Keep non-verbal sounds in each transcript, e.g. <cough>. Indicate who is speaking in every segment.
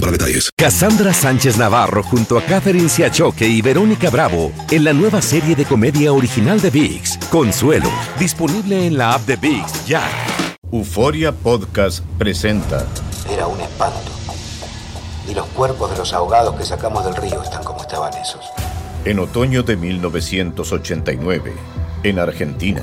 Speaker 1: para detalles.
Speaker 2: Cassandra Sánchez Navarro junto a Catherine Siachoque y Verónica Bravo en la nueva serie de comedia original de VIX, Consuelo, disponible en la app de VIX ya.
Speaker 3: Euforia Podcast presenta.
Speaker 4: Era un espanto. Y los cuerpos de los ahogados que sacamos del río están como estaban esos.
Speaker 3: En otoño de 1989, en Argentina,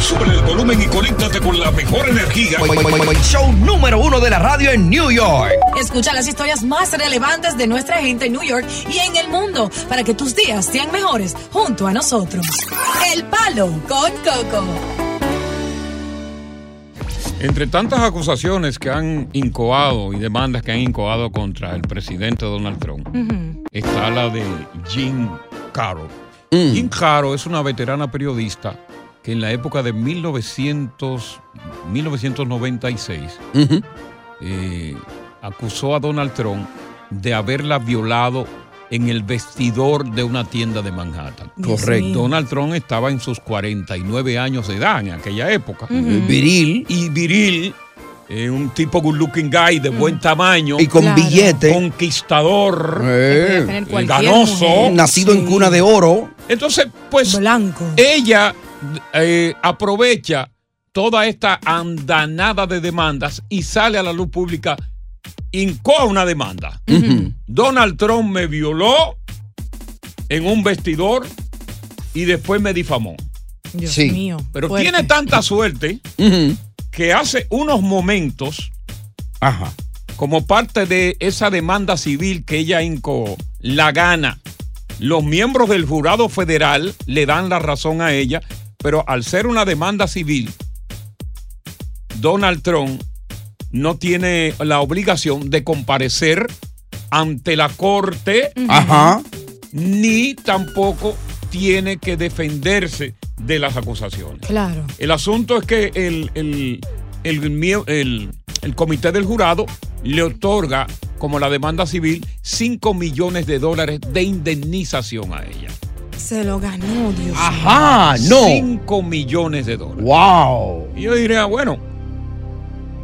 Speaker 5: Sube el volumen y conéctate con la mejor energía.
Speaker 6: Show número uno de la radio en New York.
Speaker 7: Escucha las historias más relevantes de nuestra gente en New York y en el mundo para que tus días sean mejores junto a nosotros. El Palo con Coco.
Speaker 8: Entre tantas acusaciones que han incoado y demandas que han incoado contra el presidente Donald Trump, está la de Jim Caro. Jim Caro es una veterana periodista que en la época de 1900, 1996 eh, acusó a Donald Trump de haberla violado en el vestidor de una tienda de Manhattan.
Speaker 7: Dios Correcto. mío.
Speaker 8: Donald Trump estaba en sus 49 años de edad en aquella época.
Speaker 7: Ujú.
Speaker 6: Eh, Viril
Speaker 8: Y viril, eh, un tipo good looking guy de buen tamaño,
Speaker 6: y con
Speaker 7: Claro.
Speaker 6: billete.
Speaker 8: conquistador,
Speaker 6: Eh,
Speaker 7: Tener
Speaker 8: el
Speaker 7: cualquier
Speaker 8: ganoso.
Speaker 7: mujer.
Speaker 6: nacido en
Speaker 7: Sí.
Speaker 6: cuna de oro.
Speaker 8: Entonces, pues
Speaker 7: Blanco.
Speaker 8: ella eh, aprovecha toda esta andanada de demandas y sale a la luz pública, incoa una demanda. Donald Trump me violó en un vestidor y después me difamó.
Speaker 7: Dios
Speaker 6: Sí.
Speaker 7: mío.
Speaker 8: Pero
Speaker 7: fuerte.
Speaker 8: tiene tanta suerte que hace unos momentos,
Speaker 6: Ajá.
Speaker 8: como parte de esa demanda civil que ella incoó, la gana. Los miembros del jurado federal le dan la razón a ella, pero al ser una demanda civil, Donald Trump no tiene la obligación de comparecer ante la corte
Speaker 6: Ajá.
Speaker 8: ni tampoco tiene que defenderse de las acusaciones.
Speaker 7: Claro.
Speaker 8: El asunto es que el, el- el mie- el- el comité del jurado le otorga, como la demanda civil, 5 millones de dólares de indemnización a ella.
Speaker 7: Se lo ganó, Dios.
Speaker 6: Ajá, Ah, no.
Speaker 8: 5 millones de dólares.
Speaker 6: Wow.
Speaker 8: Y yo diría, bueno,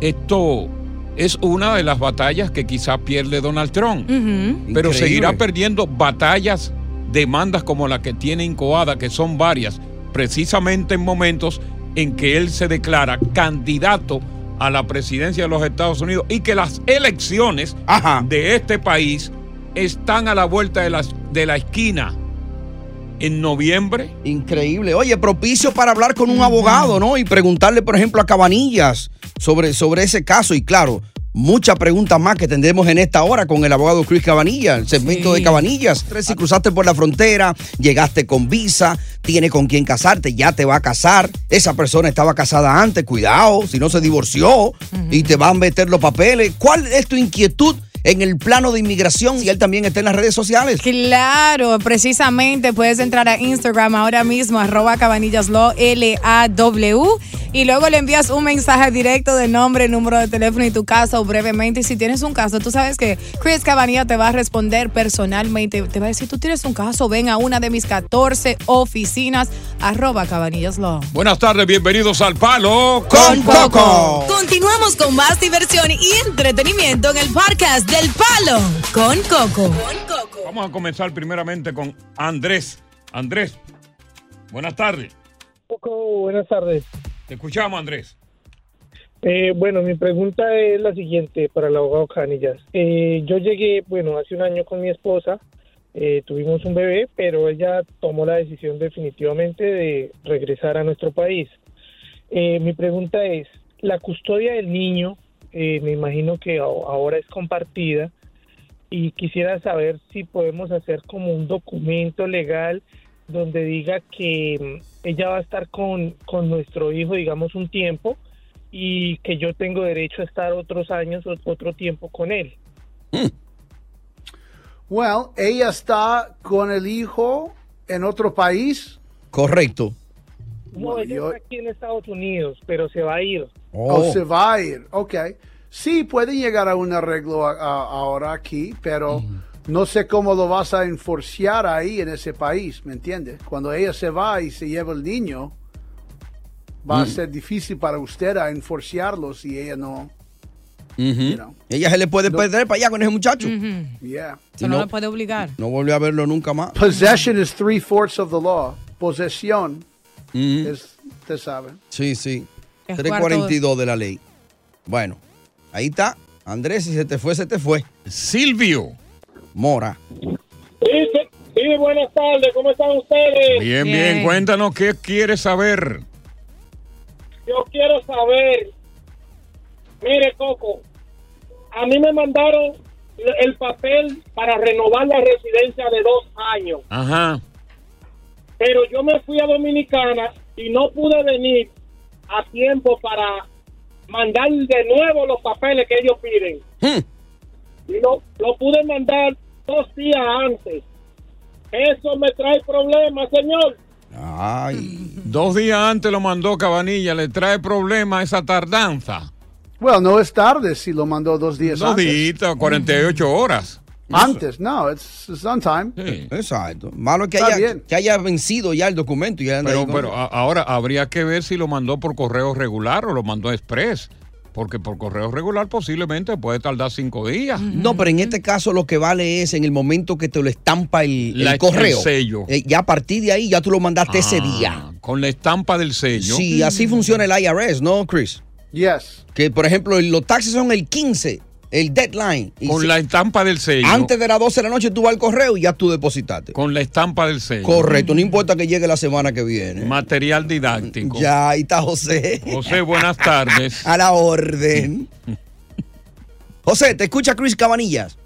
Speaker 8: esto es una de las batallas que quizá pierde Donald Trump.
Speaker 7: Ujú.
Speaker 8: pero
Speaker 6: Increíble.
Speaker 8: seguirá perdiendo batallas, demandas como la que tiene Incoada, que son varias, precisamente en momentos en que él se declara candidato a la presidencia de los Estados Unidos y que las elecciones
Speaker 6: Ajá.
Speaker 8: de este país están a la vuelta de, las- de la esquina en noviembre.
Speaker 6: Increíble. Oye, propicio para hablar con un abogado, ¿no? Y preguntarle, por ejemplo, a Cabanillas sobre, sobre ese caso. Y claro, muchas preguntas más que tendremos en esta hora con el abogado Cruz Cabanilla, el segmento
Speaker 7: Sí.
Speaker 6: de Cabanillas. Tres, si cruzaste por la frontera, llegaste con visa, tiene con quién casarte, ya te va a casar. Esa persona estaba casada antes, cuidado, si no se divorció y te van a meter los papeles. ¿Cuál es tu inquietud? En el plano de inmigración y él también está en las redes sociales.
Speaker 7: Claro, precisamente puedes entrar a Instagram ahora mismo, arroba cabanillaslo, L-A-W, y luego le envías un mensaje directo de nombre, número de teléfono y tu caso brevemente. Y si tienes un caso, tú sabes que Chris Cabanilla te va a responder personalmente. Te va a decir, tú tienes un caso, ven a una de mis 14 oficinas, arroba cabanillaslo.
Speaker 8: Buenas tardes, bienvenidos al Palo.
Speaker 6: Con Coco.
Speaker 7: Continuamos con más diversión y entretenimiento en el podcast del Palo con Coco.
Speaker 8: Vamos a comenzar primeramente con Andrés. Andrés, buenas tardes.
Speaker 9: Coco, buenas tardes.
Speaker 8: Te escuchamos, Andrés.
Speaker 9: Eh, bueno, mi pregunta es la siguiente para el abogado Canillas. Eh, yo llegué, bueno, hace un año con mi esposa, eh, tuvimos un bebé, pero ella tomó la decisión definitivamente de regresar a nuestro país. Eh, mi pregunta es, la custodia del niño, eh, me imagino que a- ahora es compartida y quisiera saber si podemos hacer como un documento legal donde diga que mm, ella va a estar con, con nuestro hijo, digamos, un tiempo y que yo tengo derecho a estar otros años, o- otro tiempo con él.
Speaker 10: Well, ella está con el hijo en otro país.
Speaker 6: Correcto.
Speaker 9: No, ella está aquí en Estados Unidos, pero se va a ir.
Speaker 6: Oh.
Speaker 10: O Oh, se va a ir. Ok. Sí, pueden llegar a un arreglo a- a- ahora aquí, pero
Speaker 6: Mm.
Speaker 10: no sé cómo lo vas a enforciar ahí en ese país, ¿me entiendes? Cuando ella se va y se lleva el niño, va a
Speaker 6: Mm.
Speaker 10: ser difícil para usted a enforciarlo si ella no.
Speaker 6: Ella se le puede perder para allá con ese muchacho.
Speaker 10: Yeah.
Speaker 6: Y no,
Speaker 7: puede obligar.
Speaker 6: no volvió a verlo nunca más.
Speaker 10: Possession is three fourths of the law. Posesión es, te saben.
Speaker 6: Mm-hmm. Sí, sí.
Speaker 10: Es
Speaker 6: 342 de la ley. Bueno, ahí está. Andrés, si se te fue, se te fue.
Speaker 8: Silvio.
Speaker 6: Mora.
Speaker 11: Sí, sí, buenas tardes, ¿cómo están ustedes?
Speaker 8: Bien, bien, cuéntanos qué quieres saber.
Speaker 11: Yo quiero saber, mire Coco, a mí me mandaron el papel para renovar la residencia de dos años,
Speaker 6: Ah.
Speaker 8: Ajá.
Speaker 11: pero yo me fui a Dominicana y no pude venir a tiempo para mandar de nuevo los papeles que ellos piden.
Speaker 6: Hmm.
Speaker 11: Y lo, lo pude mandar dos días antes. Eso me trae problemas, señor.
Speaker 8: Dos días antes lo mandó Cabanilla, le trae problema esa tardanza.
Speaker 10: Bueno, no es tarde si lo mandó dos días
Speaker 8: Dos
Speaker 10: antes.
Speaker 8: días, 48 horas.
Speaker 10: Antes, no, it's, it's on time.
Speaker 6: Exacto. Malo que
Speaker 10: Está
Speaker 6: haya,
Speaker 10: bien.
Speaker 6: que haya vencido ya el documento. y ya anda ahí
Speaker 8: Pero,
Speaker 6: con-
Speaker 8: pero a- ahora habría que ver si lo mandó por correo regular o lo mandó express. Porque por correo regular posiblemente puede tardar cinco días.
Speaker 6: No, pero en este caso lo que vale es en el momento que te lo estampa el, el
Speaker 8: La- el
Speaker 6: correo.
Speaker 8: sello. Ah.
Speaker 6: Eh, ya a partir de ahí ya tú lo mandaste ese día.
Speaker 8: Con la estampa del sello.
Speaker 6: Sí, así funciona el IRS, ¿no, Chris?
Speaker 10: Yes.
Speaker 6: Que, por ejemplo, los taxes son el 15, el deadline. Y
Speaker 8: Con
Speaker 6: si-
Speaker 8: la estampa del sello.
Speaker 6: Antes de las 12 de la noche tú vas al correo y ya tú depositaste.
Speaker 8: Con la estampa del sello.
Speaker 6: Correcto, no importa que llegue la semana que viene.
Speaker 8: Material didáctico.
Speaker 6: Ya, ahí está José.
Speaker 8: José,
Speaker 6: <laughs>
Speaker 8: buenas tardes.
Speaker 6: A la
Speaker 8: <laughs>
Speaker 6: orden. José, te escucha Chris Cabanillas.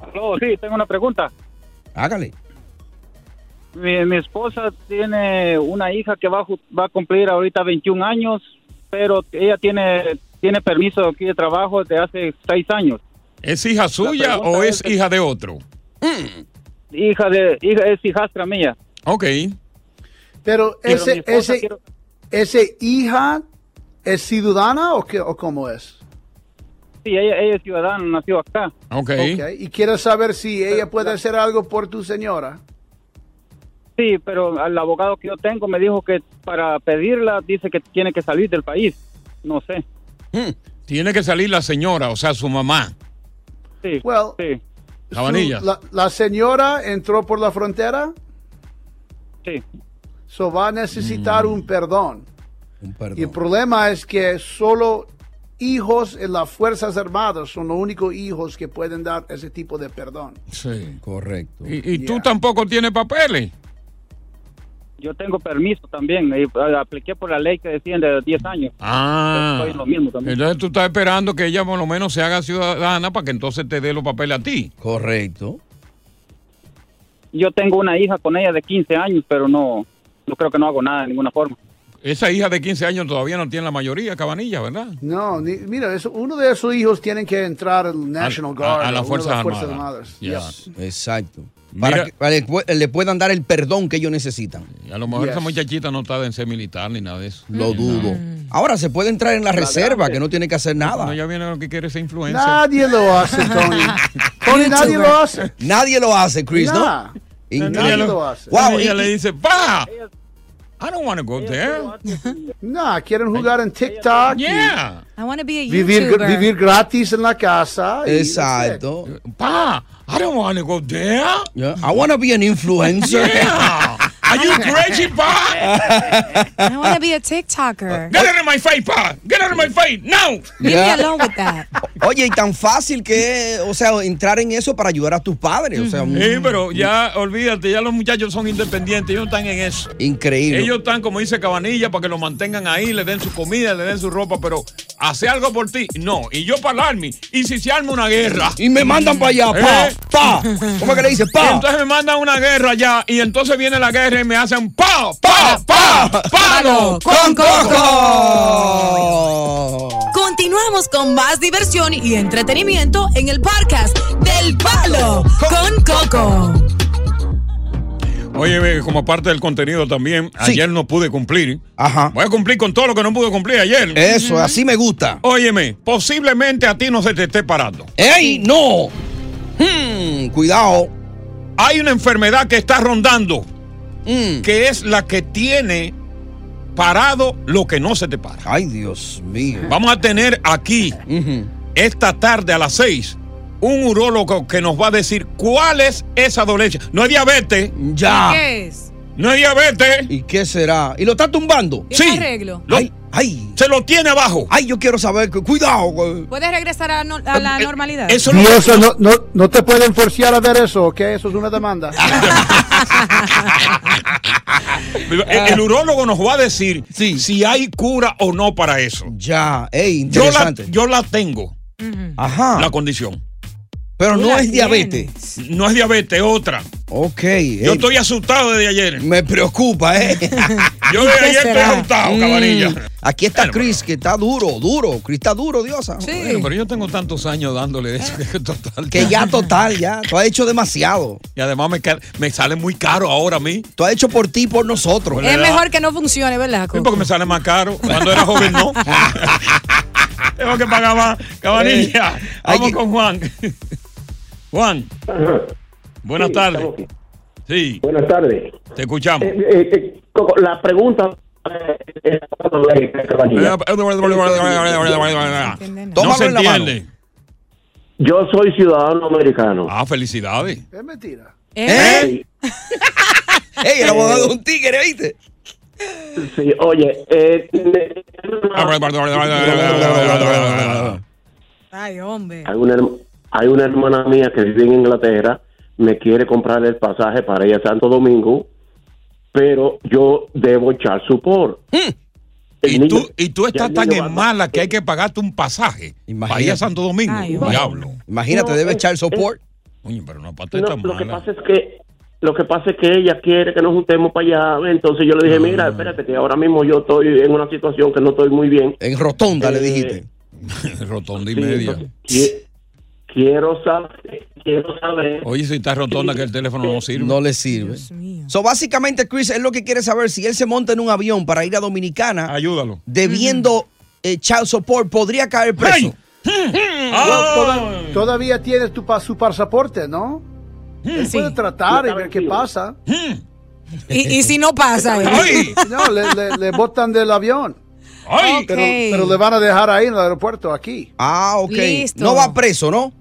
Speaker 12: Aló, sí, tengo una pregunta.
Speaker 6: Hágale.
Speaker 12: Mi, mi esposa tiene una hija que va, a ju- va a cumplir ahorita 21 años, pero ella tiene, tiene permiso aquí de trabajo desde hace 6 años.
Speaker 8: ¿Es hija suya o es hija de otro?
Speaker 12: Hija de, hija, es hijastra mía.
Speaker 8: Ok.
Speaker 10: Pero
Speaker 12: Pero mi
Speaker 10: ese,
Speaker 12: esposa
Speaker 10: ese, ese hija es ciudadana o, qué, o cómo es?
Speaker 12: Sí, ella, ella es ciudadana, nació acá.
Speaker 8: Ok.
Speaker 10: Ok, Y quiero saber si ella puede hacer algo por tu señora.
Speaker 12: Sí, pero al abogado que yo tengo me dijo que para pedirla dice que tiene que salir del país. No sé.
Speaker 6: Hmm.
Speaker 8: Tiene que salir la señora, o sea, su mamá.
Speaker 12: Sí.
Speaker 10: Well,
Speaker 12: sí.
Speaker 10: Su-
Speaker 8: Cabanilla.
Speaker 10: La, la señora entró por la frontera.
Speaker 12: Sí.
Speaker 10: So va a
Speaker 8: Mm.
Speaker 10: necesitar un perdón. Y el problema es que solo hijos en las Fuerzas Armadas son los únicos hijos que pueden dar ese tipo de perdón.
Speaker 8: Sí.
Speaker 6: Correcto.
Speaker 8: ¿Y, y tú tampoco tienes papeles?
Speaker 12: Yo tengo permiso también. y, eh, apliqué por la ley que decían de 10 años.
Speaker 8: Ah.
Speaker 12: Estoy en lo mismo también.
Speaker 8: Entonces tú estás esperando que ella por lo menos se haga ciudadana para que entonces te dé los papeles a ti.
Speaker 6: Correcto.
Speaker 12: Yo tengo una hija con ella de 15 años, pero no, no creo que no hago nada de ninguna forma.
Speaker 8: Esa hija de 15 años todavía no tiene la mayoría, Cabanilla, ¿verdad?
Speaker 10: No, ni- mira, eso, uno de esos hijos tienen que entrar al National Guard.
Speaker 8: a- a
Speaker 10: o
Speaker 8: las
Speaker 10: una de
Speaker 8: Fuerzas Armadas. Ya.
Speaker 10: Yes.
Speaker 6: Exacto. Para que para que pu- le puedan dar el perdón que ellos necesitan.
Speaker 8: A lo mejor
Speaker 6: Yes.
Speaker 8: esa muchachita no está en ser militar ni nada de eso.
Speaker 6: Lo dudo. Ahora se puede entrar en la reserva, que no tiene que hacer
Speaker 8: No,
Speaker 6: nada.
Speaker 8: ya viene lo que quiere esa influencia.
Speaker 10: Nadie lo
Speaker 8: <laughs>
Speaker 10: hace, Tony. Tony, nadie lo hace.
Speaker 6: Nadie lo hace, Chris,
Speaker 10: Nah.
Speaker 6: ¿no? Increíble.
Speaker 10: Nadie lo hace.
Speaker 6: Wow,
Speaker 8: ella
Speaker 6: y-
Speaker 8: le
Speaker 6: y-
Speaker 8: dice, pa, Ah! I don't want to go there. <laughs>
Speaker 10: No, quieren jugar en TikTok. y
Speaker 8: Yeah.
Speaker 7: I want to be a
Speaker 10: Vivir,
Speaker 7: YouTuber.
Speaker 10: vivir gratis en la casa. y-
Speaker 6: Exacto.
Speaker 8: Pa, I don't want to go there.
Speaker 6: <laughs> Yeah, I wanna be an influencer.
Speaker 8: Yeah.
Speaker 5: Are you crazy, pa?
Speaker 7: I
Speaker 6: Ah.
Speaker 7: want to be a TikToker.
Speaker 5: Get out of my face, pa. Get out of my face. Now.
Speaker 7: Leave
Speaker 6: Yeah.
Speaker 7: me alone with that.
Speaker 6: Oye, y tan fácil que, es, o sea, entrar en eso para ayudar a tus padres. O sea, un-
Speaker 8: <laughs> Sí, pero ya, olvídate, ya los muchachos son independientes, ellos no están en eso.
Speaker 6: Increíble.
Speaker 8: Ellos están, como dice Cabanilla, para que lo mantengan ahí, le den su comida, le den su ropa, pero hace algo por ti, no. Y yo para el Army, y si se arma una guerra. Eh, mm,
Speaker 6: Y me mandan para allá, pa, pa. ¿Cómo que le dice, pa?
Speaker 8: Y entonces me mandan una guerra allá, y entonces viene la guerra y me hacen pa, pa, pa, palo,
Speaker 7: con coco. Continuamos con más diversión y entretenimiento en el podcast del Palo con Coco.
Speaker 8: Oye, ve, como parte del contenido también, ayer no pude cumplir.
Speaker 6: Ajá.
Speaker 8: Voy a cumplir con todo lo que no pude cumplir ayer.
Speaker 6: Eso, así me gusta.
Speaker 8: Óyeme, posiblemente a ti no se te esté parando.
Speaker 6: ¡Ey, no! Hmm, cuidado.
Speaker 8: Hay una enfermedad que está rondando,
Speaker 6: Hmm.
Speaker 8: que es la que tiene parado lo que no se te para.
Speaker 6: Ay, Dios mío.
Speaker 8: Vamos a tener aquí, esta tarde a las seis, un urólogo que nos va a decir cuál es esa dolencia. No es diabetes.
Speaker 6: Ya.
Speaker 7: ¿Qué es?
Speaker 8: No es diabetes.
Speaker 6: ¿Y qué será? ¿Y lo está tumbando?
Speaker 7: ¿Y el arreglo?
Speaker 8: Lo-
Speaker 6: Ay, ay.
Speaker 8: Se lo tiene abajo.
Speaker 6: Ay, yo quiero saber. cu- Cuidado. güey.
Speaker 7: ¿Puedes regresar a, no-
Speaker 6: Eh,
Speaker 7: a la normalidad?
Speaker 8: Eso
Speaker 10: Y eso no, no, no te pueden forciar a ver eso, ¿ok? Eso es una
Speaker 8: <laughs>
Speaker 10: demanda.
Speaker 8: El, el
Speaker 6: Ah.
Speaker 8: urólogo nos va a decir si hay cura o no para eso.
Speaker 6: Ya, ey,
Speaker 8: Yo la,
Speaker 6: interesante.
Speaker 8: yo la tengo,
Speaker 6: Ajá.
Speaker 8: la condición.
Speaker 6: Pero
Speaker 7: Tú
Speaker 6: no
Speaker 7: la
Speaker 6: es diabetes.
Speaker 8: No es diabetes, otra.
Speaker 6: Ok.
Speaker 8: Yo
Speaker 6: ey,
Speaker 8: estoy asustado desde ayer.
Speaker 6: Me preocupa, ¿eh?
Speaker 8: <laughs> Yo desde
Speaker 7: ¿Qué
Speaker 8: ayer estoy
Speaker 7: será?
Speaker 8: asustado,
Speaker 6: Mm,
Speaker 8: cabanilla.
Speaker 6: Aquí está Chris, que está duro, duro. Chris está duro, diosa.
Speaker 7: Sí.
Speaker 8: pero yo tengo tantos años dándole eso que total.
Speaker 6: Que ya total, ya. Tú has
Speaker 7: <laughs>
Speaker 6: hecho demasiado.
Speaker 8: Y además me, ca- me sale muy caro ahora a mí. Pues
Speaker 6: Tú has hecho por ti y por nosotros.
Speaker 7: Es mejor que no funcione, ¿verdad?
Speaker 8: Sí,
Speaker 7: Coco?
Speaker 8: porque me sale más caro. Cuando era joven,
Speaker 6: <laughs>
Speaker 8: no. Tengo que pagar más. Cabanilla,
Speaker 6: Eh, hay
Speaker 8: vamos
Speaker 6: que-
Speaker 8: con Juan. Juan, buenas
Speaker 13: Sí,
Speaker 8: tardes.
Speaker 13: estamos aquí.
Speaker 8: Sí,
Speaker 13: Buenas tardes.
Speaker 8: te escuchamos.
Speaker 13: Eh, eh, eh, Coco, la pregunta. eh, eh,
Speaker 8: No se
Speaker 6: Tómalo en la mano.
Speaker 8: entiende.
Speaker 13: Yo soy ciudadano americano.
Speaker 8: Ah, felicidades.
Speaker 10: es mentira.
Speaker 7: ¿Eh?
Speaker 6: ¡Ey, el abogado de un tigre, ¿viste?
Speaker 13: Sí, oye, eh, ne-
Speaker 8: Ah,
Speaker 7: Ay, hombre.
Speaker 13: hay, una, herma- hay una hermana mía que vive en Inglaterra, me quiere comprar el pasaje para ir a Santo Domingo, pero yo debo echar su por.
Speaker 8: Mm.
Speaker 13: El
Speaker 8: Y
Speaker 13: niño-
Speaker 8: tú, y tú
Speaker 13: ya
Speaker 8: estás
Speaker 13: el
Speaker 8: tan
Speaker 13: niño
Speaker 8: en
Speaker 13: va-
Speaker 8: mala que hay que pagarte un pasaje para ir a
Speaker 6: Imagínate.
Speaker 8: Santo Domingo.
Speaker 7: Ay, bueno.
Speaker 8: Diablo.
Speaker 6: Imagínate,
Speaker 13: No, eh,
Speaker 6: debe
Speaker 13: es-
Speaker 6: echar support.
Speaker 8: <laughs> Coño, pero una pata
Speaker 13: No,
Speaker 8: tan
Speaker 13: lo que
Speaker 8: mala.
Speaker 13: pasa es que lo que pasa es que ella quiere que nos juntemos para allá, entonces yo le dije,
Speaker 8: Mm.
Speaker 13: mira, espérate que ahora mismo yo estoy en una situación que no estoy muy bien.
Speaker 6: En rotonda le
Speaker 13: Eh,
Speaker 6: dijiste.
Speaker 8: Rotonda y
Speaker 13: Sí,
Speaker 8: media.
Speaker 13: entonces, qui- quiero saber, quiero saber.
Speaker 8: Oye, si estás rotonda que el teléfono no sirve.
Speaker 6: No le sirve.
Speaker 7: Dios mío.
Speaker 6: So, básicamente, Chris es lo que quiere saber. Si él se monta en un avión para ir a Dominicana,
Speaker 8: Ayúdalo.
Speaker 6: debiendo eh, child support, podría caer preso.
Speaker 8: ¡Ay! Ah.
Speaker 10: Todavía tienes tu pa- su pasaporte, ¿no?
Speaker 8: Hmm.
Speaker 10: Él
Speaker 7: Sí.
Speaker 10: puede tratar y
Speaker 13: Está
Speaker 10: ver qué
Speaker 13: vencido.
Speaker 10: pasa.
Speaker 7: Y, y si no pasa, ¿eh?
Speaker 10: <laughs>
Speaker 8: ¡Ay!
Speaker 10: No, le, le, le botan del avión,
Speaker 8: ¡Ay!
Speaker 10: pero,
Speaker 7: Ok.
Speaker 10: pero le van a dejar ahí en el aeropuerto, aquí.
Speaker 6: Ah, ok.
Speaker 7: Listo.
Speaker 6: No va preso, ¿no?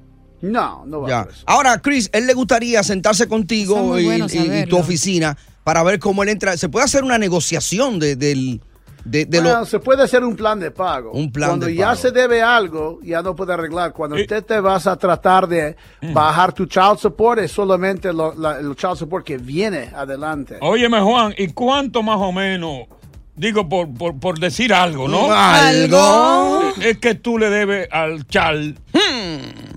Speaker 10: No, no va
Speaker 6: Ya.
Speaker 10: preso.
Speaker 6: Ahora, Chris, él le gustaría
Speaker 7: Eso
Speaker 6: sentarse
Speaker 7: es
Speaker 6: contigo
Speaker 7: muy
Speaker 6: y,
Speaker 7: bueno
Speaker 6: y- y tu
Speaker 7: saberlo.
Speaker 6: oficina para ver cómo él entra. ¿Se puede hacer una negociación de, del, de, de
Speaker 10: Bueno,
Speaker 6: lo-
Speaker 10: se puede hacer un plan de pago.
Speaker 6: Un plan
Speaker 10: Cuando
Speaker 6: de
Speaker 10: ya
Speaker 6: pago.
Speaker 10: se debe algo, ya no puede arreglar. Cuando usted te vas a tratar de
Speaker 8: Mm.
Speaker 10: bajar tu child support, es solamente lo, la- el child support que viene adelante.
Speaker 8: Óyeme, Juan, ¿y cuánto más o menos? Digo, por, por, por decir algo, ¿no?
Speaker 6: Algo.
Speaker 8: Es que tú le debes al Chal
Speaker 13: Est- Hmm.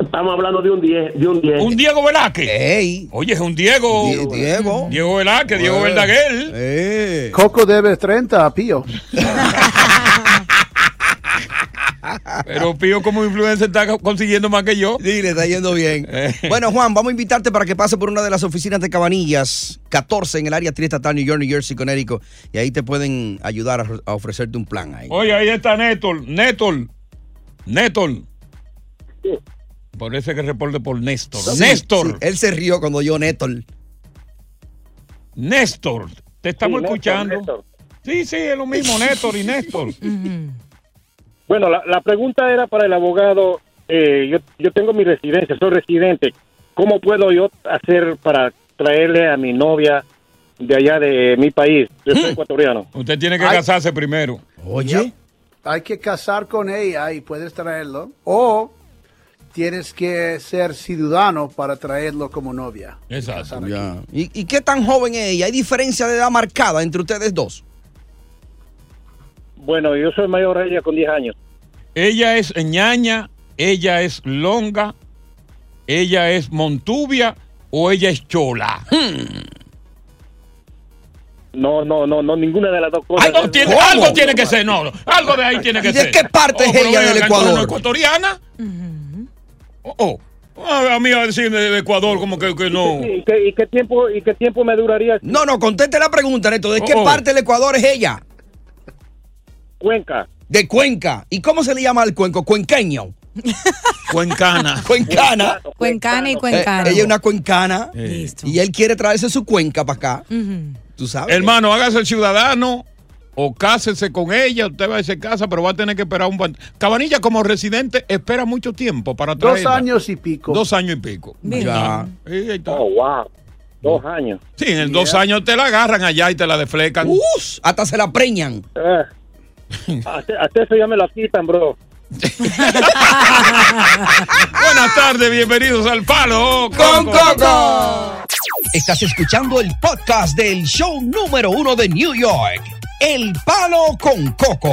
Speaker 13: Estamos hablando de un 10, de un 10.
Speaker 8: un Diego Velázquez.
Speaker 6: Ey,
Speaker 8: Oye, es un Diego.
Speaker 6: Die- Diego.
Speaker 8: Diego Velázquez, Diego
Speaker 6: Eh.
Speaker 8: Verdaguer.
Speaker 6: Eh.
Speaker 10: Coco debe 30 a Pío.
Speaker 8: Pero Pío como influencer está consiguiendo más que yo.
Speaker 6: Ah.
Speaker 8: Eh.
Speaker 6: Sí, le está yendo
Speaker 8: <laughs>
Speaker 6: bien. bueno, Juan, vamos a invitarte para que pase por una de las oficinas de Cabanillas, 14 en el área triestatal New York, New Jersey, Connecticut. Y ahí te pueden ayudar a, a ofrecerte un plan ahí.
Speaker 8: Oye, ahí está Néstor. Néstor. Néstor. Parece que reporte por Néstor.
Speaker 6: Sí,
Speaker 8: Néstor.
Speaker 6: sí, Él se rió cuando yo, Néstor.
Speaker 8: Néstor. Te estamos
Speaker 14: Sí, Néstor,
Speaker 8: escuchando.
Speaker 14: Néstor.
Speaker 8: Sí, sí, es lo mismo, Néstor y Néstor.
Speaker 14: Bueno, la, la pregunta era para el abogado. eh, yo, yo tengo mi residencia, soy residente. ¿Cómo puedo yo hacer para traerle a mi novia de allá de mi país. Yo
Speaker 6: Mm.
Speaker 14: soy ecuatoriano.
Speaker 8: Usted tiene que casarse primero.
Speaker 10: Oye. Hay que casar con ella y puedes traerlo. O tienes que ser ciudadano para traerlo como novia.
Speaker 8: Exacto.
Speaker 6: Ya. ¿Y, y qué tan joven es ella? ¿Hay diferencia de edad marcada entre ustedes dos?
Speaker 14: Bueno, yo soy mayor de ella con 10 años.
Speaker 8: Ella es ñaña, ella es longa, ella es montubia o ella es chola.
Speaker 14: No, no, no, no, ninguna de las dos cosas.
Speaker 8: Algo tiene, algo tiene que ser, no, no, algo de ahí tiene que
Speaker 14: ¿Y de
Speaker 8: ser. Oh,
Speaker 14: qué parte es
Speaker 8: pero
Speaker 14: ella
Speaker 8: ven
Speaker 14: del
Speaker 8: acá, entonces,
Speaker 14: Ecuador?
Speaker 8: ¿no es ecuatoriana? Oh, oh. A a mí va a decir de de Ecuador como que, que no.
Speaker 14: ¿Y qué, y qué tiempo, ¿Y qué tiempo me duraría?
Speaker 6: No, no, conteste la pregunta, Neto. ¿De qué
Speaker 14: Oh.
Speaker 6: parte del Ecuador es ella?
Speaker 14: Cuenca.
Speaker 6: De Cuenca. ¿Y cómo se le llama al cuenco? Cuenqueño.
Speaker 8: <laughs> Cuencana.
Speaker 6: Cuencana.
Speaker 7: Cuencana y cuencana.
Speaker 6: Eh, ella es una cuencana.
Speaker 8: Eh.
Speaker 6: Y él quiere traerse su cuenca para acá.
Speaker 7: Ujú.
Speaker 6: Tú sabes.
Speaker 8: Hermano, hágase el ciudadano o cásese con ella. Usted va a irse casa, pero va a tener que esperar un. buen- Cabanilla, como residente, espera mucho tiempo para
Speaker 10: Dos
Speaker 8: traerla.
Speaker 10: años y pico.
Speaker 8: Dos años y pico.
Speaker 10: Bien.
Speaker 8: Ya. Sí, ahí está.
Speaker 14: Oh, wow. Dos años.
Speaker 8: Sí, en dos años te la agarran allá y te la deflecan.
Speaker 6: hasta se la preñan.
Speaker 14: Eh, hasta, hasta eso ya me lo quitan, bro.
Speaker 8: <laughs> Buenas tardes, bienvenidos al Palo
Speaker 6: con Coco. Estás escuchando el podcast del show número uno de New York. El palo con Coco.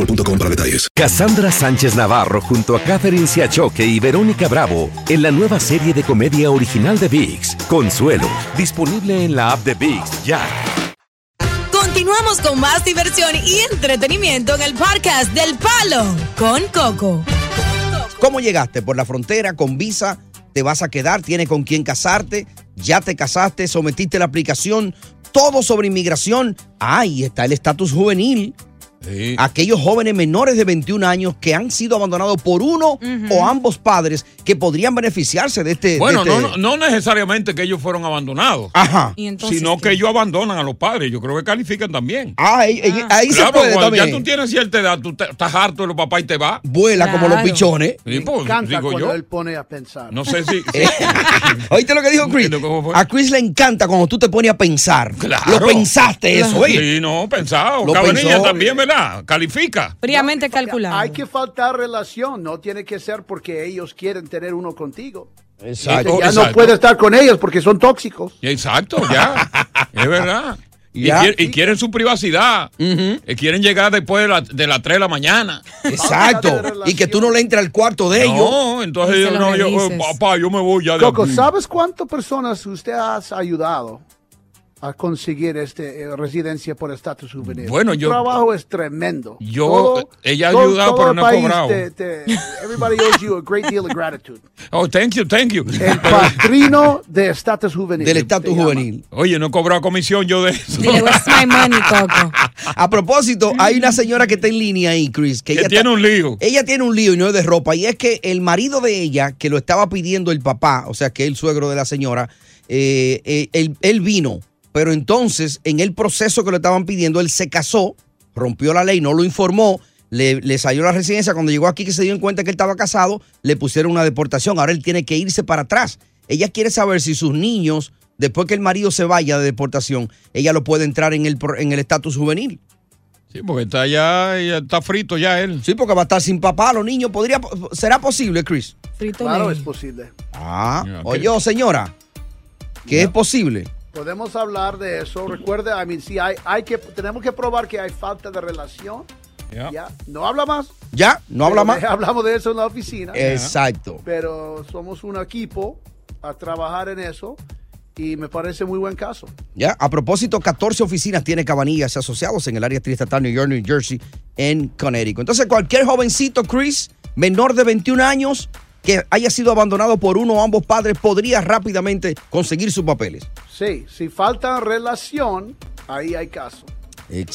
Speaker 1: para detalles.
Speaker 2: Cassandra Sánchez Navarro junto a Catherine Siachoque y Verónica Bravo en la nueva serie de comedia original de VIX, Consuelo, disponible en la app de VIX ya.
Speaker 15: Continuamos con más diversión y entretenimiento en el podcast del Palo con Coco.
Speaker 6: ¿Cómo llegaste? Por la frontera, con visa, te vas a quedar, tienes con quién casarte, ya te casaste, sometiste la aplicación, todo sobre inmigración. Ahí está el estatus juvenil. Aquellos jóvenes menores de 21 años que han sido abandonados por uno o ambos padres que podrían beneficiarse de este. de
Speaker 8: Bueno,
Speaker 6: este-
Speaker 8: no, no- no necesariamente que ellos fueron abandonados,
Speaker 6: Ajá.
Speaker 7: ¿Y entonces
Speaker 8: sino que ellos abandonan a los padres. Yo creo que califican también.
Speaker 6: Ah, ahí, ahí- ahí se
Speaker 8: Claro,
Speaker 6: puede
Speaker 8: cuando ya
Speaker 6: también.
Speaker 8: tú tienes cierta edad, tú te- estás harto de los papás y te vas.
Speaker 6: Vuela como los Claro. pichones.
Speaker 8: Sí,
Speaker 10: Me
Speaker 8: pues,
Speaker 10: encanta
Speaker 8: digo
Speaker 10: cuando
Speaker 8: yo.
Speaker 10: él pone a pensar.
Speaker 8: No
Speaker 6: <laughs>
Speaker 8: sé si.
Speaker 6: Oíste lo que dijo Chris. A Chris le encanta cuando tú te pones a pensar. Lo pensaste eso, oye.
Speaker 8: Sí, no, pensado.
Speaker 6: Lo
Speaker 8: Cabanilla
Speaker 6: pensó.
Speaker 8: también, ¿verdad? Califica.
Speaker 7: Fríamente calculado.
Speaker 10: Hay que faltar relación, no tiene que ser porque ellos quieren tener uno contigo. ya
Speaker 8: Exacto,
Speaker 10: no
Speaker 8: oh, exacto.
Speaker 10: puede estar con ellos porque son tóxicos.
Speaker 8: Exacto, ya. es verdad. Y,
Speaker 10: Ya.
Speaker 8: quiere- y quieren su privacidad. Eh, quieren llegar después de, la- de las 3 de la mañana.
Speaker 6: Exacto. Y que tú no le entres al cuarto de ellos.
Speaker 8: No, entonces yo, no, yo, eh, papá, yo me voy ya de
Speaker 10: Coco,
Speaker 8: aquí.
Speaker 10: ¿sabes cuántas personas usted has ayudado a conseguir este eh, residencia por estatus juvenil?
Speaker 8: Bueno,
Speaker 10: Tu
Speaker 8: yo-
Speaker 10: trabajo es tremendo.
Speaker 8: Yo,
Speaker 10: Todo-
Speaker 8: eh, ella ha
Speaker 10: todo-
Speaker 8: ayudado,
Speaker 10: todo
Speaker 8: pero
Speaker 10: el
Speaker 8: no ha
Speaker 10: país
Speaker 8: cobrado.
Speaker 10: te-
Speaker 8: <laughs>
Speaker 10: te- everybody owes you a great deal of gratitude.
Speaker 8: Oh, thank you, thank you.
Speaker 10: Patrino de estatus juvenil.
Speaker 8: Del
Speaker 6: estatus juvenil.
Speaker 8: Oye, no he cobrado comisión yo de eso.
Speaker 6: A propósito, hay una señora que está en línea ahí, Chris. Que,
Speaker 8: Que
Speaker 6: ella
Speaker 8: tiene
Speaker 6: está-
Speaker 8: un lío.
Speaker 6: Ella tiene un lío y no es de ropa. Y es que el marido de ella, que lo estaba pidiendo el papá, o sea, que es el suegro de la señora, eh, eh, él, él vino. Pero entonces, en el proceso que lo estaban pidiendo, él se casó, rompió la ley, no lo informó. Le, le salió la residencia. Cuando llegó aquí, que se dio en cuenta que él estaba casado, le pusieron una deportación. Ahora él tiene que irse para atrás. Ella quiere saber si sus niños, después que el marido se vaya de deportación, ella lo puede entrar en el pro- en el estatus juvenil.
Speaker 8: <laughs> Sí, porque está ya, ya está frito ya él.
Speaker 6: Sí, porque va a estar sin papá, los niños. Podría, ¿Será posible, Chris?
Speaker 10: Claro, es posible.
Speaker 6: Ah, oye, señora, que es posible.
Speaker 10: Podemos hablar de eso. Recuerde, a mí sí hay, hay que tenemos que probar que hay falta de relación. Ya. No habla más.
Speaker 6: ¿Ya? ¿No habla
Speaker 10: Pero
Speaker 6: más?
Speaker 10: de- Hablamos de eso en la oficina.
Speaker 6: Exacto.
Speaker 10: Pero somos un equipo a trabajar en eso y me parece muy buen caso.
Speaker 6: Ya, a propósito, 14 oficinas tiene Cabanillas y asociados en el área triestatal New York, New Jersey, en Connecticut. Entonces, cualquier jovencito, Chris, menor de 21 años, que haya sido abandonado por uno o ambos padres podría rápidamente conseguir sus papeles.
Speaker 10: Sí, si falta relación, ahí hay caso.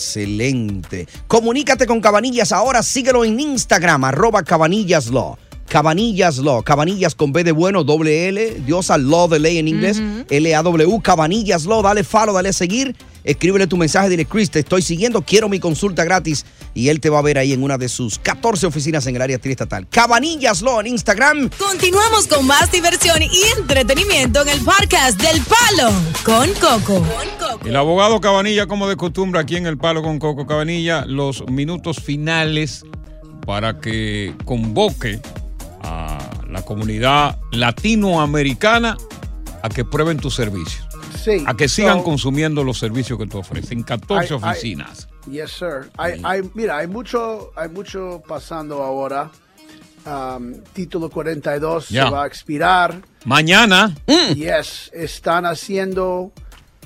Speaker 6: Excelente. Comunícate con Cabanillas ahora. Síguelo en Instagram, arroba Cabanillas Law. Cabanillas Law. Cabanillas con B de bueno, doble L. Diosa Law de ley en inglés. L-A-W. Cabanillas Law. Dale follow, dale seguir. Escríbele tu mensaje. Dile, Chris, te estoy siguiendo. Quiero mi consulta gratis. Y él te va a ver ahí en una de sus 14 oficinas en el área triestatal. Cabanillas Law en Instagram.
Speaker 15: Continuamos con más diversión y entretenimiento en el podcast del Palo con Coco.
Speaker 8: El abogado Cabanilla, como de costumbre, aquí en el Palo con Coco Cabanilla, los minutos finales para que convoque a la comunidad latinoamericana a que prueben tus servicios,
Speaker 10: Sí.
Speaker 8: a que sigan
Speaker 10: so-
Speaker 8: consumiendo los servicios que tú ofreces en 14
Speaker 10: Ay, ay.
Speaker 8: oficinas.
Speaker 10: Yes, sir. Hay, hay- mira, hay mucho, hay mucho pasando ahora. Um, título 42
Speaker 8: Ya.
Speaker 10: se va a expirar.
Speaker 8: Mañana,
Speaker 10: Yes, están haciendo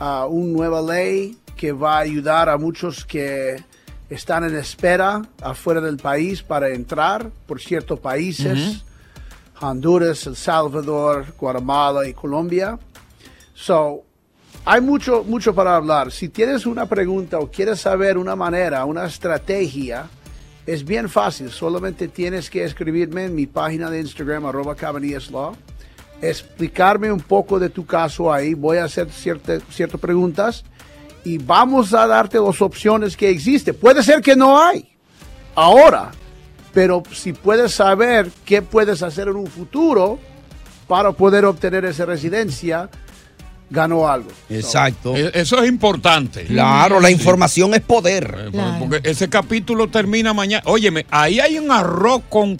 Speaker 10: ah, una nueva ley que va a ayudar a muchos que están en espera afuera del país para entrar por ciertos países. Honduras, El Salvador, Guatemala y Colombia. So, hay mucho, mucho para hablar. Si tienes una pregunta o quieres saber una manera, una estrategia, es bien fácil. Solamente tienes que escribirme en mi página de Instagram, arroba Cabanillas Law. Explicarme un poco de tu caso ahí. Voy a hacer ciertas ciertas preguntas y vamos a darte las opciones que existen. Puede ser que no hay ahora, pero si puedes saber qué puedes hacer en un futuro para poder obtener esa residencia, ganó algo.
Speaker 6: Exacto.
Speaker 8: E-, Eso es importante.
Speaker 6: Claro, la
Speaker 8: Sí.
Speaker 6: información es poder.
Speaker 8: Porque ese capítulo termina mañana. Óyeme, ahí hay un arroz con...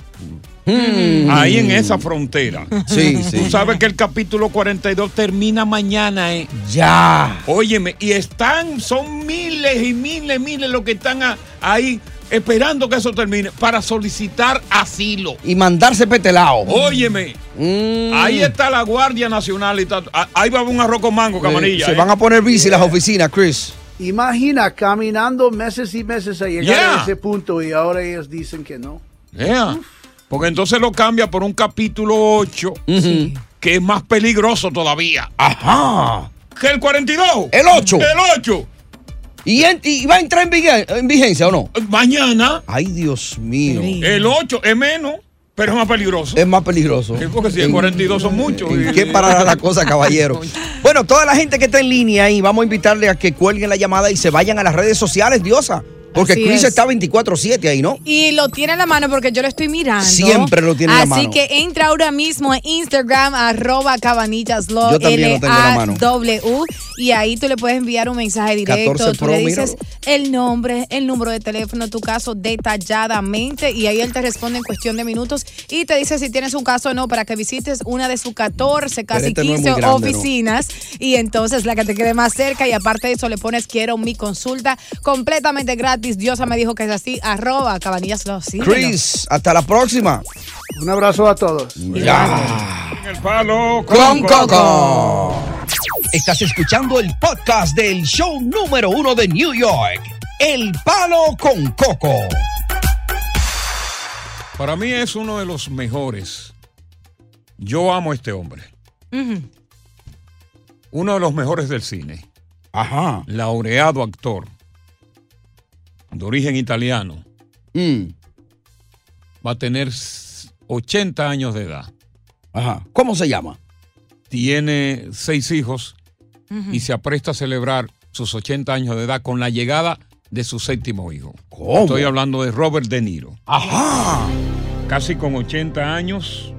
Speaker 8: Ahí en esa frontera.
Speaker 6: Mm. Sí, sí.
Speaker 8: Tú sabes que el capítulo 42 termina mañana, ¿eh?
Speaker 6: Ya.
Speaker 8: Óyeme, y están, son miles y miles, miles los que están a- ahí esperando que eso termine para solicitar asilo.
Speaker 6: Y mandarse petelao. Mm,
Speaker 8: Óyeme, ahí está la Guardia Nacional y está- a- ahí va un arroz con mango, camarilla.
Speaker 6: Se
Speaker 8: ¿eh?
Speaker 6: van a poner bici las oficinas, Chris.
Speaker 10: Imagina caminando meses y meses a llegar
Speaker 8: Yeah.
Speaker 10: a ese punto y ahora ellos dicen que no.
Speaker 8: Yeah. Porque entonces lo cambia por un capítulo 8 que es más peligroso todavía.
Speaker 6: Ajá.
Speaker 8: Que el 42.
Speaker 6: El 8.
Speaker 8: El 8.
Speaker 6: ¿Y, en- y va a entrar en, vigen- en vigencia o no?
Speaker 8: Mañana.
Speaker 6: Ay, Dios mío.
Speaker 8: El 8 es menos, pero es más peligroso.
Speaker 6: Es más peligroso.
Speaker 8: Sí, porque si el 42 son muchos. y-
Speaker 6: ¿Qué parará la cosa,
Speaker 8: <laughs>
Speaker 6: caballero? Bueno, toda la gente que está en línea ahí, vamos a invitarle a que cuelguen la llamada y se vayan a las redes sociales, Diosa. Porque
Speaker 7: Así es.
Speaker 6: Chris está 24-7 ahí, ¿no?
Speaker 7: Y lo tiene en la mano porque yo lo estoy mirando.
Speaker 6: Siempre lo tiene en la mano.
Speaker 7: Así que entra ahora mismo en Instagram, arroba cabanillaslo,
Speaker 6: Yo también lo tengo en la mano.
Speaker 7: L-A-W, y ahí tú le puedes enviar un mensaje directo.
Speaker 6: 14
Speaker 7: tú
Speaker 6: Pro,
Speaker 7: le dices
Speaker 6: míralo.
Speaker 7: el nombre, el número de teléfono, tu caso detalladamente, y ahí él te responde en cuestión de minutos y te dice si tienes un caso o no para que visites una de sus 14, casi
Speaker 6: este no es
Speaker 7: 15
Speaker 6: muy grande, ¿no?
Speaker 7: oficinas, y entonces la que te quede más cerca, y aparte de eso le pones quiero mi consulta completamente gratis. Diosa me dijo que es así, arroba cabanillaslo. síguelo.
Speaker 6: Chris, hasta la próxima.
Speaker 10: Un abrazo a todos.
Speaker 8: El palo
Speaker 6: con Coco. Estás escuchando el podcast del show número uno de New York, El Palo con Coco.
Speaker 8: Para mí es uno de los mejores. Yo amo a este hombre. Uno de los mejores del cine.
Speaker 6: Ajá.
Speaker 8: Laureado actor. De origen italiano.
Speaker 6: Mm.
Speaker 8: Va a tener s- 80 años de edad.
Speaker 6: Ajá. ¿Cómo se llama?
Speaker 8: Tiene seis hijos
Speaker 16: Mm.
Speaker 8: y se apresta a celebrar sus 80 años de edad con la llegada de su séptimo hijo.
Speaker 6: ¿Cómo?
Speaker 8: Estoy hablando de Robert De Niro.
Speaker 6: Ajá.
Speaker 8: Casi con 80 años,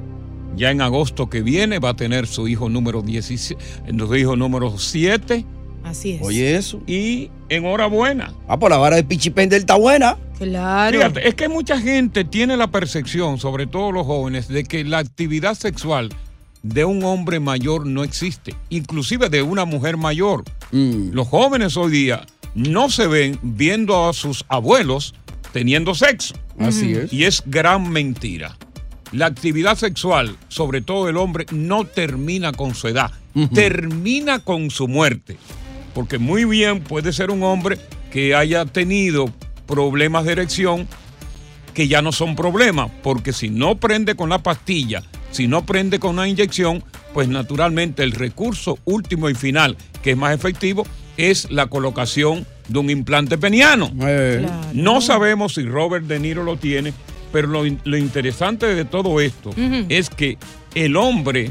Speaker 8: ya en agosto que viene va a tener su hijo número 17, su hijo número 7
Speaker 7: Así es.
Speaker 6: Oye, eso.
Speaker 8: y enhorabuena.
Speaker 6: Ah, por la vara de Pichipendel está buena.
Speaker 7: Claro.
Speaker 8: Fíjate, es que mucha gente tiene la percepción, sobre todo los jóvenes, de que la actividad sexual de un hombre mayor no existe, inclusive de una mujer mayor.
Speaker 6: Mm.
Speaker 8: Los jóvenes hoy día no se ven viendo a sus abuelos teniendo sexo.
Speaker 6: Así es.
Speaker 8: Y es gran mentira. La actividad sexual, sobre todo el hombre, no termina con su edad, termina con su muerte. Porque muy bien puede ser un hombre que haya tenido problemas de erección que ya no son problemas, porque si no prende con la pastilla Si no prende con una inyección, pues naturalmente el recurso último y final, que es más efectivo, es la colocación de un implante peniano. No sabemos si Robert De Niro lo tiene, pero lo, in- lo interesante de todo esto
Speaker 17: Ujú.
Speaker 8: es que el hombre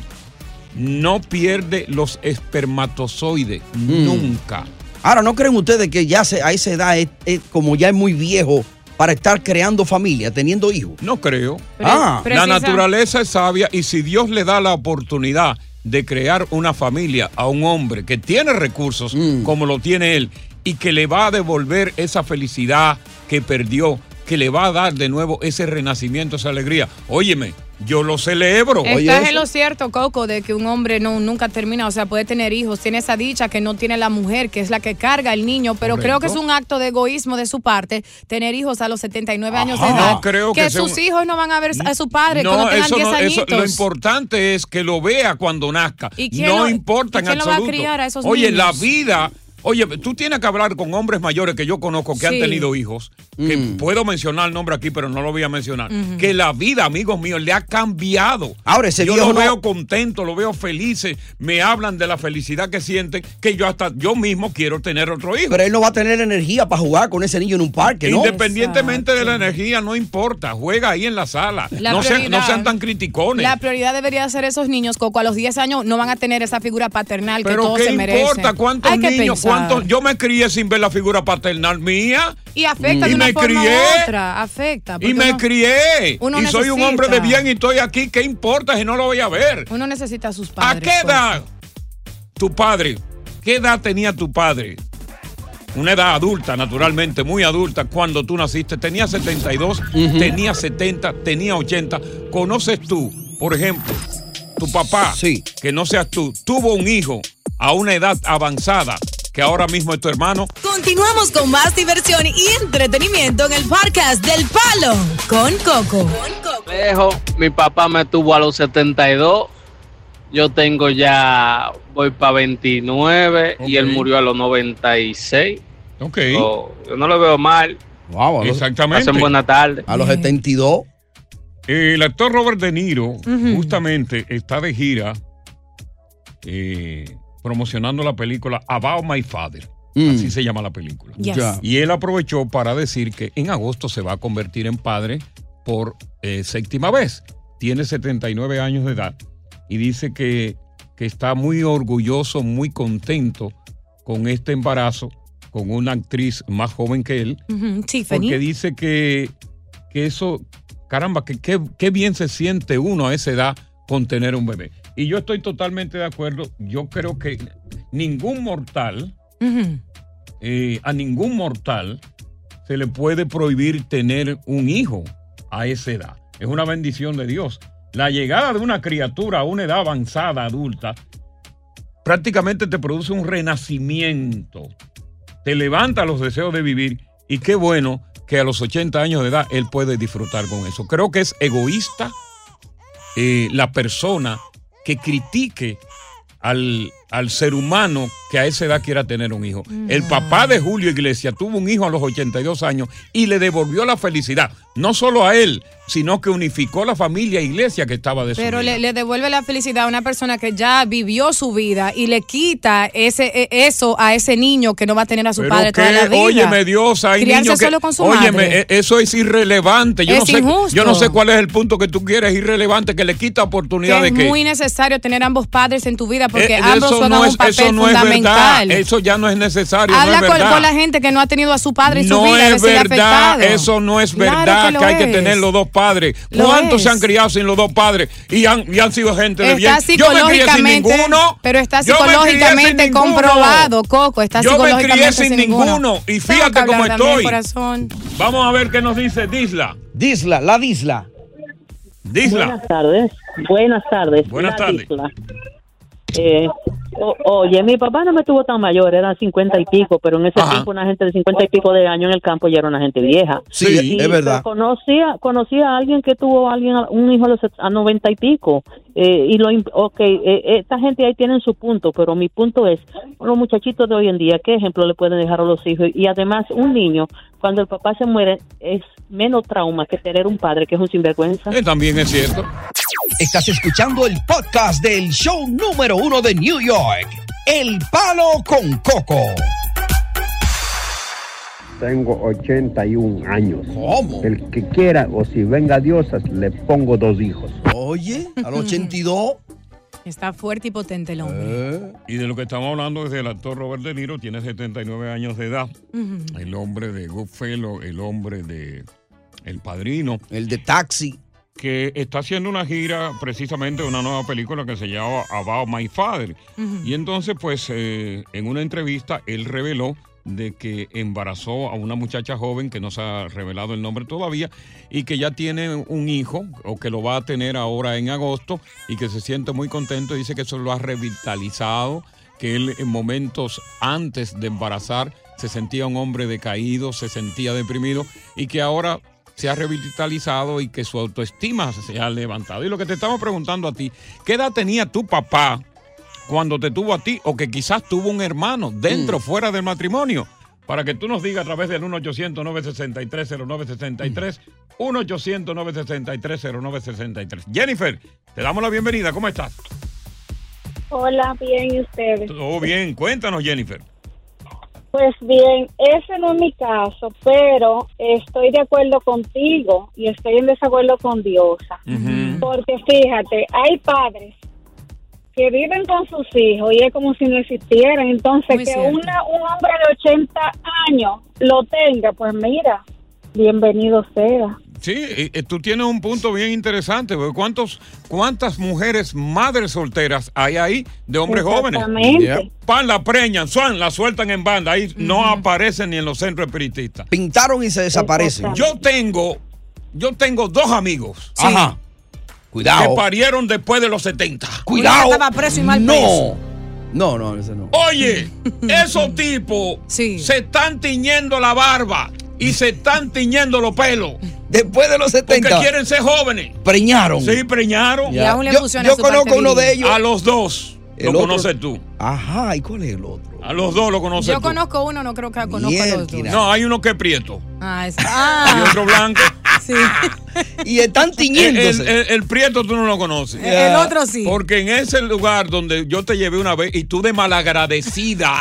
Speaker 8: no pierde los espermatozoides nunca.
Speaker 6: Ahora, ¿no creen ustedes que ya se, a esa edad es, es como ya es muy viejo para estar creando familia, teniendo hijos?
Speaker 8: No creo.
Speaker 6: Ah.
Speaker 8: la naturaleza es sabia y si Dios le da la oportunidad de crear una familia a un hombre que tiene recursos como lo tiene él y que le va a devolver esa felicidad que perdió, que le va a dar de nuevo ese renacimiento, esa alegría. Óyeme, yo lo celebro.
Speaker 7: Estás en lo cierto, Coco, de que un hombre no, nunca termina, o sea, puede tener hijos, tiene esa dicha que no tiene la mujer, que es la que carga el niño, pero creo que es
Speaker 8: Correcto.
Speaker 7: un acto de egoísmo de su parte tener hijos a los 79 años de
Speaker 8: Ajá.
Speaker 7: edad.
Speaker 8: No creo que sea
Speaker 7: sus
Speaker 8: un-
Speaker 7: hijos no van a ver a su padre
Speaker 8: No,
Speaker 7: cuando tengan
Speaker 8: eso
Speaker 7: 10
Speaker 8: no, eso-
Speaker 7: añitos.
Speaker 8: lo importante es que lo vea cuando nazca.
Speaker 7: ¿Y quién
Speaker 8: No
Speaker 7: lo- y
Speaker 8: importa en
Speaker 7: quién lo va a
Speaker 8: absoluto.
Speaker 7: criar a esos
Speaker 8: oye,
Speaker 7: niños?
Speaker 8: la vida, oye, tú tienes que hablar con hombres mayores que yo conozco que han
Speaker 7: Sí.
Speaker 8: tenido hijos, que
Speaker 6: Mm.
Speaker 8: puedo mencionar el nombre aquí, pero no lo voy a mencionar,
Speaker 7: Ujú.
Speaker 8: que la vida, amigos míos, le ha cambiado.
Speaker 6: Ahora ese
Speaker 8: yo
Speaker 6: viejo
Speaker 8: lo
Speaker 6: no-
Speaker 8: veo contento, lo veo feliz, me hablan de la felicidad que sienten, que yo hasta yo mismo quiero tener otro hijo.
Speaker 6: Pero él no va a tener energía para jugar con ese niño en un parque, ¿no?
Speaker 8: Independientemente de la energía, no importa, juega ahí en la sala.
Speaker 7: La
Speaker 8: no, sean, no
Speaker 7: prioridad.
Speaker 8: sean tan criticones.
Speaker 7: La prioridad debería ser esos niños, Coco. A los 10 años no van a tener esa figura paternal que
Speaker 8: Pero
Speaker 7: todos
Speaker 8: qué
Speaker 7: se merecen.
Speaker 8: importa cuántos
Speaker 7: Hay que
Speaker 8: niños,
Speaker 7: pensar.
Speaker 8: cuántos. Yo me crié sin ver la figura paternal mía.
Speaker 7: Y afecta
Speaker 8: Y
Speaker 7: de una
Speaker 8: me
Speaker 7: forma
Speaker 8: crié.
Speaker 7: u otra. Afecta.
Speaker 8: Y
Speaker 7: porque
Speaker 8: me
Speaker 7: uno-
Speaker 8: crié.
Speaker 7: uno
Speaker 8: y soy un
Speaker 7: necesita.
Speaker 8: hombre de bien y estoy aquí. ¿Qué importa si no lo voy a ver?
Speaker 7: Uno necesita a sus
Speaker 8: ¿A
Speaker 7: padres. pues.
Speaker 8: qué edad tu padre? ¿Qué edad tenía tu padre? Una edad adulta, naturalmente, muy adulta, cuando tú naciste. Tenía 72, tenía 70, tenía 80. ¿Conoces tú, por ejemplo, tu papá, que no seas tú, tuvo un hijo a una edad avanzada, que ahora mismo es tu hermano?
Speaker 15: Continuamos con más diversión y entretenimiento en el podcast del Palo con Coco.
Speaker 18: Dejo, mi papá me tuvo a los 72. Yo tengo ya, voy para 29 y él murió a los 96.
Speaker 8: Ok.
Speaker 18: yo no lo veo mal.
Speaker 6: Wow,
Speaker 8: a los- Exactamente.
Speaker 18: Pasen buena tarde.
Speaker 6: A los 72.
Speaker 8: El actor Robert De Niro justamente está de gira eh, promocionando la película About My Father.
Speaker 6: Mm.
Speaker 8: Así se llama la película.
Speaker 17: Yes. Ya.
Speaker 8: Y él aprovechó para decir que en agosto se va a convertir en padre por eh, séptima vez. Tiene 79 años de edad y dice que, que está muy orgulloso, muy contento con este embarazo, con una actriz más joven que él.
Speaker 7: Ujú,
Speaker 8: Porque
Speaker 7: Tiffany.
Speaker 8: dice que, que eso, caramba, que qué qué bien se siente uno a esa edad con tener un bebé. Y yo estoy totalmente de acuerdo. Yo creo que ningún mortal,
Speaker 7: Ujú.
Speaker 8: eh, a ningún mortal se le puede prohibir tener un hijo a esa edad. Es una bendición de Dios. La llegada de una criatura a una edad avanzada, adulta, prácticamente te produce un renacimiento. Te levanta los deseos de vivir y qué bueno que a los 80 años de edad él puede disfrutar con eso. Creo que es egoísta eh, la persona que critique al, al ser humano que a esa edad quiera tener un hijo.
Speaker 7: Mm.
Speaker 8: El papá de Julio Iglesias tuvo un hijo a los 82 años y le devolvió la felicidad, no solo a él, sino que unificó la familia e Iglesia que estaba de su
Speaker 7: Pero
Speaker 8: vida.
Speaker 7: le, le devuelve la felicidad a una persona que ya vivió su vida y le quita ese e- eso a ese niño que no va a tener a su
Speaker 8: Pero
Speaker 7: padre toda
Speaker 8: qué,
Speaker 7: la vida.
Speaker 8: óyeme Dios, hay
Speaker 7: Criarse
Speaker 8: niños que,
Speaker 7: solo con su
Speaker 8: óyeme,
Speaker 7: madre.
Speaker 8: e- eso es irrelevante. Yo
Speaker 7: Es
Speaker 8: no sé,
Speaker 7: injusto.
Speaker 8: yo no sé cuál es el punto que tú quieres irrelevante que le quita
Speaker 7: Que
Speaker 8: oportunidad
Speaker 7: es
Speaker 8: de que
Speaker 7: muy necesario tener ambos padres en tu vida porque
Speaker 8: Eh,
Speaker 7: ambos
Speaker 8: eso
Speaker 7: juegan
Speaker 8: no
Speaker 7: un
Speaker 8: es,
Speaker 7: papel
Speaker 8: eso no es
Speaker 7: fundamental.
Speaker 8: verdad. Eso ya no es necesario. no
Speaker 7: Habla
Speaker 8: es
Speaker 7: con,
Speaker 8: verdad.
Speaker 7: con la gente que no ha tenido a su padre en su
Speaker 8: no
Speaker 7: vida. a ver
Speaker 8: es
Speaker 7: si le ha
Speaker 8: verdad,
Speaker 7: afectado.
Speaker 8: eso no es
Speaker 7: Claro
Speaker 8: verdad que,
Speaker 7: lo
Speaker 8: hay que
Speaker 7: es.
Speaker 8: tener los dos padres.
Speaker 7: Lo
Speaker 8: ¿Cuántos se
Speaker 7: es.
Speaker 8: han criado sin los dos padres y han, y han sido gente de bien?
Speaker 7: Está
Speaker 8: Yo me crié sin
Speaker 7: psicológicamente,
Speaker 8: ninguno.
Speaker 7: pero está
Speaker 8: Yo me crié sin
Speaker 7: psicológicamente
Speaker 8: ninguno.
Speaker 7: comprobado, Coco. Está
Speaker 8: Yo me
Speaker 7: psicológicamente
Speaker 8: crié sin ninguno
Speaker 7: Tengo
Speaker 8: y
Speaker 7: que
Speaker 8: fíjate cómo
Speaker 7: hablar también,
Speaker 8: estoy.
Speaker 7: corazón.
Speaker 8: Vamos a ver qué nos dice Disla.
Speaker 6: Disla, la Disla.
Speaker 8: Disla.
Speaker 19: Buenas tardes. Buenas tardes.
Speaker 8: Buenas
Speaker 19: La
Speaker 8: tardes.
Speaker 19: Isla. Eh, o- oye, mi papá no me tuvo tan mayor, eran cincuenta y pico, pero en ese tiempo una gente de cincuenta y pico de años en el campo ya era una gente vieja.
Speaker 16: Sí,
Speaker 19: Y-
Speaker 16: es
Speaker 8: Ah.
Speaker 16: verdad.
Speaker 19: pero Conocía, conocía a alguien que tuvo a alguien un hijo a los set- a noventa y pico. Eh, y lo, imp- ok, eh, esta gente ahí tienen su punto, pero mi punto es, los muchachitos de hoy en día, ¿qué ejemplo le pueden dejar a los hijos? Y además, un niño, cuando el papá se muere, es menos trauma que tener un padre que es un sinvergüenza.
Speaker 8: Eh, también es cierto.
Speaker 6: Estás escuchando el podcast del show número uno de New York, El Palo con Coco.
Speaker 17: Tengo 81 años.
Speaker 6: ¿Cómo?
Speaker 17: El que quiera o si venga diosas, le pongo dos hijos.
Speaker 6: Oye, al 82.
Speaker 7: <laughs> Está fuerte y potente el hombre.
Speaker 6: Eh.
Speaker 8: ¿Eh? Y de lo que estamos hablando es del actor Robert De Niro, tiene 79 años de edad.
Speaker 7: Ujú.
Speaker 8: El hombre de Goodfellow, el hombre de El Padrino.
Speaker 6: El de Taxi.
Speaker 8: Que está haciendo una gira precisamente de una nueva película que se llama About My Father.
Speaker 16: Ujú.
Speaker 8: Y entonces, pues, eh, en una entrevista, él reveló de que embarazó a una muchacha joven que no se ha revelado el nombre todavía y que ya tiene un hijo o que lo va a tener ahora en agosto y que se siente muy contento. Dice que eso lo ha revitalizado, que él en momentos antes de embarazar se sentía un hombre decaído, se sentía deprimido y que ahora se ha revitalizado y que su autoestima se ha levantado. Y lo que te estamos preguntando a ti, ¿qué edad tenía tu papá cuando te tuvo a ti o que quizás tuvo un hermano dentro o fuera del matrimonio? Para que tú nos digas a través del 1-800-963-0963, 1-800-963-0963. Jennifer, te damos la bienvenida, ¿cómo estás?
Speaker 20: Hola, bien, ¿y ustedes?
Speaker 8: Todo bien, cuéntanos Jennifer.
Speaker 20: Pues bien, ese no es mi caso, pero estoy de acuerdo contigo y estoy en desacuerdo con Diosa. Porque fíjate, hay padres que viven con sus hijos y es como si no existieran. Entonces,
Speaker 21: Muy
Speaker 20: que
Speaker 21: cierto.
Speaker 20: una, un hombre de 80 años lo tenga, pues mira, bienvenido sea.
Speaker 8: Sí, eh, eh, tú tienes un punto bien interesante, porque ¿cuántos, ¿cuántas mujeres madres solteras hay ahí de hombres jóvenes?
Speaker 20: Exactamente. Yeah.
Speaker 8: Pan la preñan, suan, la sueltan en banda, ahí no aparecen ni en los centros espiritistas.
Speaker 6: Pintaron y se desaparecen.
Speaker 8: Yo tengo, yo tengo dos amigos.
Speaker 6: Ajá. Cuidado.
Speaker 8: Que parieron después de los 70.
Speaker 6: Cuidado. no.
Speaker 8: preso.
Speaker 6: No, no, ese no. <laughs>
Speaker 8: Oye, esos tipos se están tiñendo la barba y se están tiñendo los pelos.
Speaker 6: Después de los 70.
Speaker 8: Porque quieren ser jóvenes.
Speaker 6: Preñaron.
Speaker 8: Sí, preñaron.
Speaker 6: Y aún le Yo- pusieron yo su conozco parte uno de viril. ellos.
Speaker 8: A los dos.
Speaker 6: El
Speaker 8: lo
Speaker 6: otro-
Speaker 8: conoces tú.
Speaker 6: Ajá, ¿y cuál es el otro?
Speaker 8: A los dos lo conoces
Speaker 7: Yo
Speaker 8: tú.
Speaker 7: conozco uno, no creo que conozco a los dos.
Speaker 8: No, hay uno que es prieto.
Speaker 7: Ah, es- ah,
Speaker 8: Y otro blanco.
Speaker 7: <laughs> sí.
Speaker 6: Y están
Speaker 8: tiñéndose. <laughs> Eh, El, el- el prieto tú no lo conoces.
Speaker 7: El otro sí.
Speaker 8: Porque en ese lugar donde yo te llevé una vez y tú de malagradecida.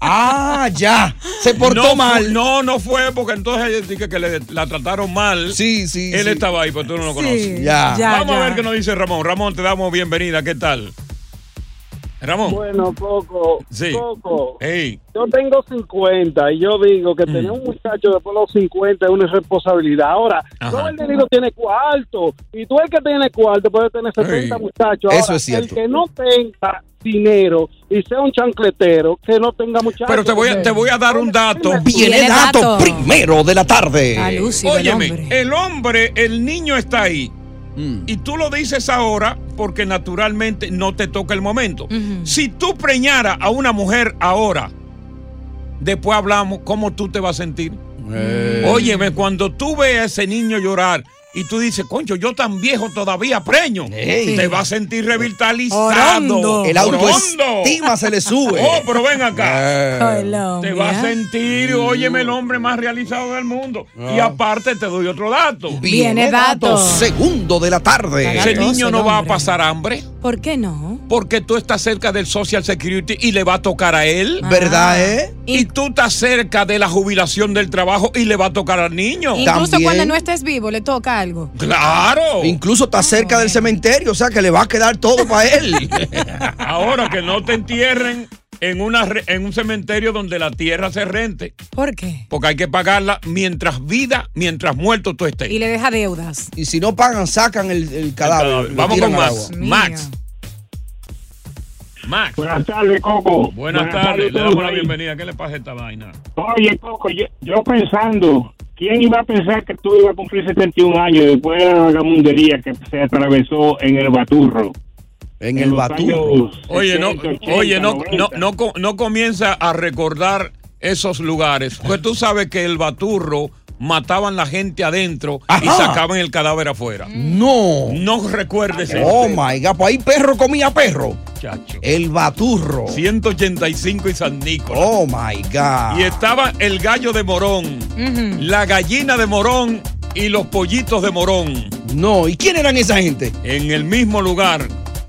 Speaker 6: ah, ya. Se portó mal.
Speaker 8: No, no fue porque entonces ella dije que le- la trataron mal.
Speaker 6: Sí, sí.
Speaker 8: Él
Speaker 6: sí.
Speaker 8: estaba ahí, pero tú no lo
Speaker 6: Sí,
Speaker 8: conoces.
Speaker 6: ya. ya,
Speaker 8: Vamos
Speaker 6: ya.
Speaker 8: a ver qué nos dice Ramón. Ramón, te damos bienvenida. ¿Qué tal? Ramón.
Speaker 14: Bueno, Coco,
Speaker 8: Sí.
Speaker 14: Coco,
Speaker 8: Ey. Mm.
Speaker 14: yo tengo 50 y yo digo que tener un muchacho después de los 50 es una irresponsabilidad. Ahora,
Speaker 8: Ajá.
Speaker 14: todo el delito tiene cuarto y tú el que tiene cuarto puede tener 70
Speaker 8: Ey,
Speaker 14: muchachos. Ahora,
Speaker 8: eso es cierto.
Speaker 14: El que no tenga dinero y sea un chancletero, que no tenga muchachos.
Speaker 8: Pero te voy, a, te voy a dar un dato.
Speaker 6: Viene dato, primero de la tarde.
Speaker 8: Óyeme, el hombre. el niño está ahí.
Speaker 6: Mm.
Speaker 8: Y tú lo dices ahora porque naturalmente no te toca el momento. Si tú preñara a una mujer ahora, después hablamos cómo tú te vas a sentir.
Speaker 6: Eh.
Speaker 8: Óyeme, cuando tú ves a ese niño llorar y tú dices, concho, yo tan viejo todavía preño,
Speaker 6: Ey.
Speaker 8: te vas a sentir revitalizado.
Speaker 6: Orondo. El
Speaker 8: autoestima
Speaker 6: se le sube.
Speaker 8: Oh, pero ven acá.
Speaker 6: Eh. Mm.
Speaker 8: Te vas a sentir, óyeme, el hombre más realizado del mundo.
Speaker 6: Ah.
Speaker 8: Y aparte te doy otro dato.
Speaker 7: Viene dato.
Speaker 6: Segundo de la tarde.
Speaker 8: Ese niño no va a pasar hambre
Speaker 7: ¿Por qué no?
Speaker 8: porque tú estás cerca del Social Security y le va a tocar a él.
Speaker 7: Ah.
Speaker 6: ¿Verdad, eh?
Speaker 8: Y tú estás cerca de la jubilación del trabajo y le va a tocar al niño.
Speaker 7: Incluso cuando no estés vivo, le toca algo.
Speaker 8: Claro.
Speaker 6: Incluso está cerca del cementerio, o sea que le va a quedar todo para él.
Speaker 8: Ahora que no te entierren en, una, re- en un cementerio donde la tierra se rente.
Speaker 7: <laughs> ¿Por qué?
Speaker 8: Porque hay que pagarla mientras vida, mientras muerto tú estés.
Speaker 7: Y le deja deudas.
Speaker 6: Y si no pagan, sacan el, el cadáver. lo
Speaker 8: Vamos
Speaker 6: tiran
Speaker 8: con
Speaker 6: al
Speaker 8: Max.
Speaker 6: agua.
Speaker 8: Max. Max.
Speaker 14: Buenas tardes, Coco.
Speaker 8: Buenas,
Speaker 14: Buenas
Speaker 8: tardes.
Speaker 14: tardes,
Speaker 8: Le damos la
Speaker 14: Rey.
Speaker 8: bienvenida. ¿Qué le pasa a esta vaina?
Speaker 14: Oye, Coco, yo, yo pensando, ¿quién iba a pensar que tú ibas a cumplir 71 años después de la vagamundería que se atravesó en el Baturro?
Speaker 6: En,
Speaker 14: el Baturro.
Speaker 8: Oye, no, oye, no, no, no, co- no comienza a recordar esos lugares. Pues tú sabes que el baturro mataban la gente adentro y sacaban el cadáver afuera.
Speaker 6: No.
Speaker 8: No recuerdes eso.
Speaker 6: Oh my God, pues ahí perro comía perro. El baturro.
Speaker 8: 185 y San Nicolás.
Speaker 6: Oh my God.
Speaker 8: Y estaba el gallo de morón, la gallina de morón y los pollitos de morón.
Speaker 6: No, ¿y quién eran esa gente?
Speaker 8: En el mismo lugar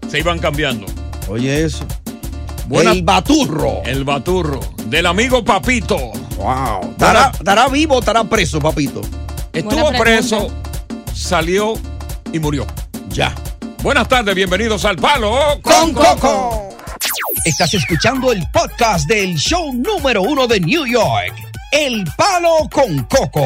Speaker 8: se iban cambiando.
Speaker 6: Oye, eso. El baturro.
Speaker 8: El baturro. Del amigo Papito.
Speaker 6: Wow. ¿Estará, estará vivo o estará preso, Papito?
Speaker 8: Estuvo preso, salió y murió.
Speaker 6: Ya.
Speaker 8: Buenas tardes, bienvenidos al Palo
Speaker 6: con Coco. Estás escuchando el podcast del show número uno de New York, El Palo con Coco.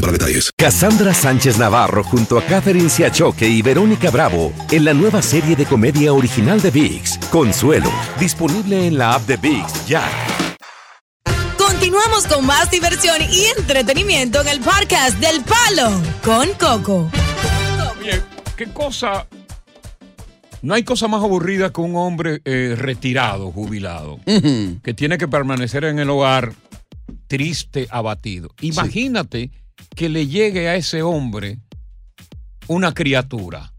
Speaker 1: para detalles.
Speaker 2: Cassandra Sánchez Navarro junto a Catherine Siachoque y Verónica Bravo en la nueva serie de comedia original de VIX, Consuelo, disponible en la app de VIX ya.
Speaker 15: Continuamos con más diversión y entretenimiento en el podcast del Palo con Coco.
Speaker 8: Oye, ¿qué cosa? No hay cosa más aburrida que un hombre eh, retirado, jubilado, que tiene que permanecer en el hogar triste, abatido. Imagínate que le llegue a ese hombre una criatura.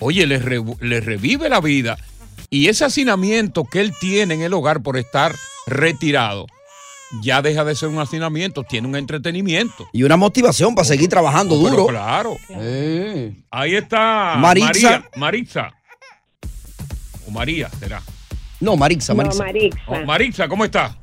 Speaker 8: Oye, le, revu- le revive la vida. Y ese hacinamiento que él tiene en el hogar por estar retirado, ya deja de ser un hacinamiento, tiene un entretenimiento.
Speaker 6: Y una motivación para seguir trabajando
Speaker 8: Pero
Speaker 6: duro.
Speaker 8: claro. Ahí está
Speaker 6: Maritza.
Speaker 8: María. Maritza. O María será.
Speaker 6: No, Marixa,
Speaker 8: No,
Speaker 6: Marixa.
Speaker 20: Marixa.
Speaker 8: Oh, Maritza, ¿cómo está?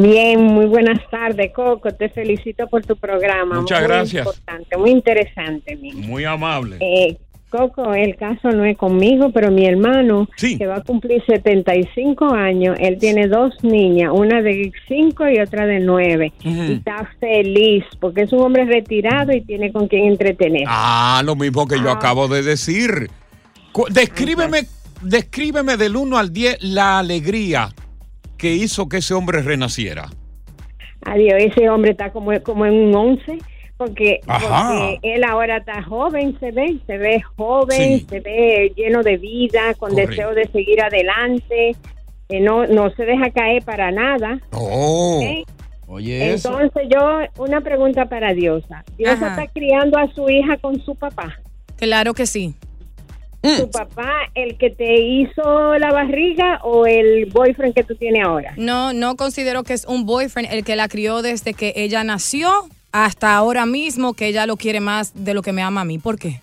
Speaker 20: Bien, muy buenas tardes, Coco. Te felicito por tu programa.
Speaker 8: Muchas
Speaker 20: muy
Speaker 8: gracias.
Speaker 20: Importante, muy interesante, mi.
Speaker 8: Muy amable.
Speaker 20: Eh, Coco, el caso no es conmigo, pero mi hermano, que va a cumplir 75 años, él tiene dos niñas, una de 5 y otra de 9. Y está feliz porque es un hombre retirado y tiene con quien entretener.
Speaker 8: Ah, lo mismo que yo acabo de decir. Cu- Descríbeme, descríbeme del 1 al 10 la alegría que hizo que ese hombre renaciera.
Speaker 20: Adiós, ese hombre está como, como en un 11. Porque,
Speaker 8: Ajá.
Speaker 20: porque él ahora está joven, se ve, se ve joven,
Speaker 8: Sí.
Speaker 20: se ve lleno de vida, con
Speaker 8: Correcto.
Speaker 20: deseo de seguir adelante, eh, no, no se deja caer para nada.
Speaker 8: Oh.
Speaker 20: ¿ok?
Speaker 6: Oye, eso.
Speaker 20: Entonces yo, una pregunta para Diosa. Diosa
Speaker 7: Ajá.
Speaker 20: está criando a su hija con su papá.
Speaker 7: Claro que sí.
Speaker 8: Mm.
Speaker 20: ¿Tu papá el que te hizo la barriga o el boyfriend que tú tienes ahora?
Speaker 7: No, no considero que es un boyfriend el que la crió desde que ella nació hasta ahora mismo, que ella lo quiere más de lo que me ama a mí. ¿Por qué?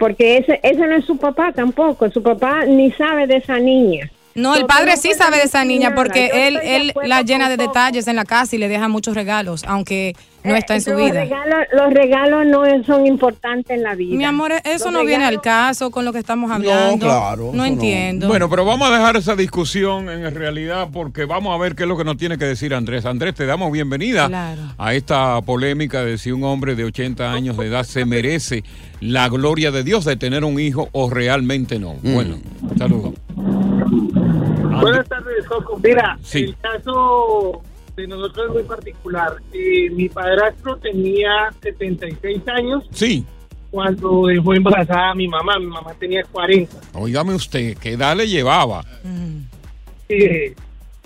Speaker 20: Porque ese, ese no es su papá tampoco. Su papá ni sabe de esa niña.
Speaker 7: No, el
Speaker 20: Entonces,
Speaker 7: padre
Speaker 20: no
Speaker 7: sí
Speaker 20: puedes
Speaker 7: sabe de esa
Speaker 20: decir
Speaker 7: niña
Speaker 20: nada.
Speaker 7: porque
Speaker 20: Yo
Speaker 7: él,
Speaker 20: estoy de
Speaker 7: él
Speaker 20: acuerdo
Speaker 7: la llena de
Speaker 20: con Coco.
Speaker 7: detalles en la casa y le deja muchos regalos, aunque no está en su
Speaker 20: Eh, los
Speaker 7: vida.
Speaker 20: Regalos, los regalos no son importantes en la vida.
Speaker 7: Mi amor, eso
Speaker 20: Los
Speaker 7: no viene al
Speaker 20: regalos-
Speaker 7: caso con lo que estamos hablando.
Speaker 8: claro,
Speaker 7: No entiendo.
Speaker 8: Bueno, pero vamos a dejar esa discusión en realidad porque vamos a ver qué es lo que nos tiene que decir Andrés. Andrés, te damos bienvenida a esta polémica de si un hombre de 80 años de edad se merece la gloria de Dios de tener un hijo o realmente no. Bueno, saludos.
Speaker 16: Buenas tardes, Coco. Mira,
Speaker 8: Sí.
Speaker 16: el caso de nosotros es muy particular. Eh, mi padrastro tenía 76 años
Speaker 8: Sí.
Speaker 16: cuando dejó embarazada a mi mamá. Mi mamá tenía 40.
Speaker 8: Óigame usted, ¿qué edad le llevaba?
Speaker 16: Eh,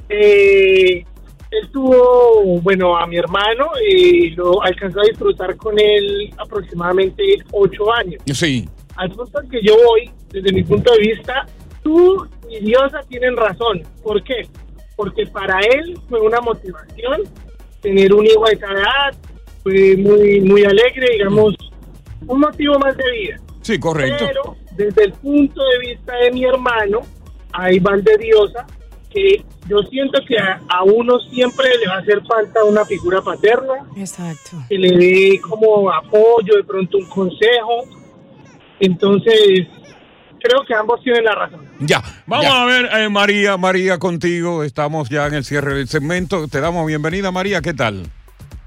Speaker 16: eh, él tuvo, bueno, a mi hermano y lo alcanzó a disfrutar con él aproximadamente 8 años.
Speaker 8: Sí.
Speaker 16: Al punto al que yo voy, desde mi punto de vista, tú y Diosa tienen razón. ¿Por qué? Porque para él fue una motivación tener un hijo de esa edad, fue muy, muy alegre, digamos, un motivo más de vida.
Speaker 8: Sí, correcto.
Speaker 16: Pero desde el punto de vista de mi hermano, ahí van de Diosa, que yo siento que a, a uno siempre le va a hacer falta una figura paterna,
Speaker 7: Exacto.
Speaker 16: que le dé como apoyo, de pronto un consejo. Entonces, creo que ambos tienen la razón.
Speaker 8: Ya, vamos a ver, eh, María, María, contigo. Estamos ya en el cierre del segmento. Te damos bienvenida, María. ¿Qué tal?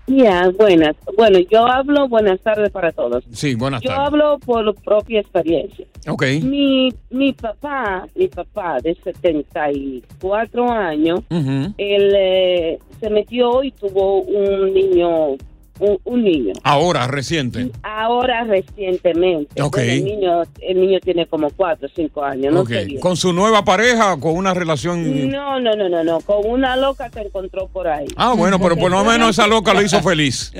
Speaker 21: Ya, buenas. Bueno, yo hablo, buenas tardes para todos.
Speaker 8: Sí, buenas
Speaker 21: Yo
Speaker 8: tardes.
Speaker 21: hablo por propia experiencia.
Speaker 8: Ok.
Speaker 21: Mi, mi papá, mi papá de 74 años,
Speaker 8: Ujú.
Speaker 21: él eh, se metió y tuvo un niño un, un niño.
Speaker 8: Ahora, reciente.
Speaker 21: Ahora recientemente.
Speaker 8: Ok.
Speaker 21: el, niño, el niño tiene como cuatro o cinco años. No
Speaker 8: Ok.
Speaker 21: sé bien.
Speaker 8: ¿Con su nueva pareja o con una relación?
Speaker 21: No, no, no, no, no. Con una loca se encontró por ahí.
Speaker 8: Ah, bueno, pero por lo menos esa loca lo hizo feliz.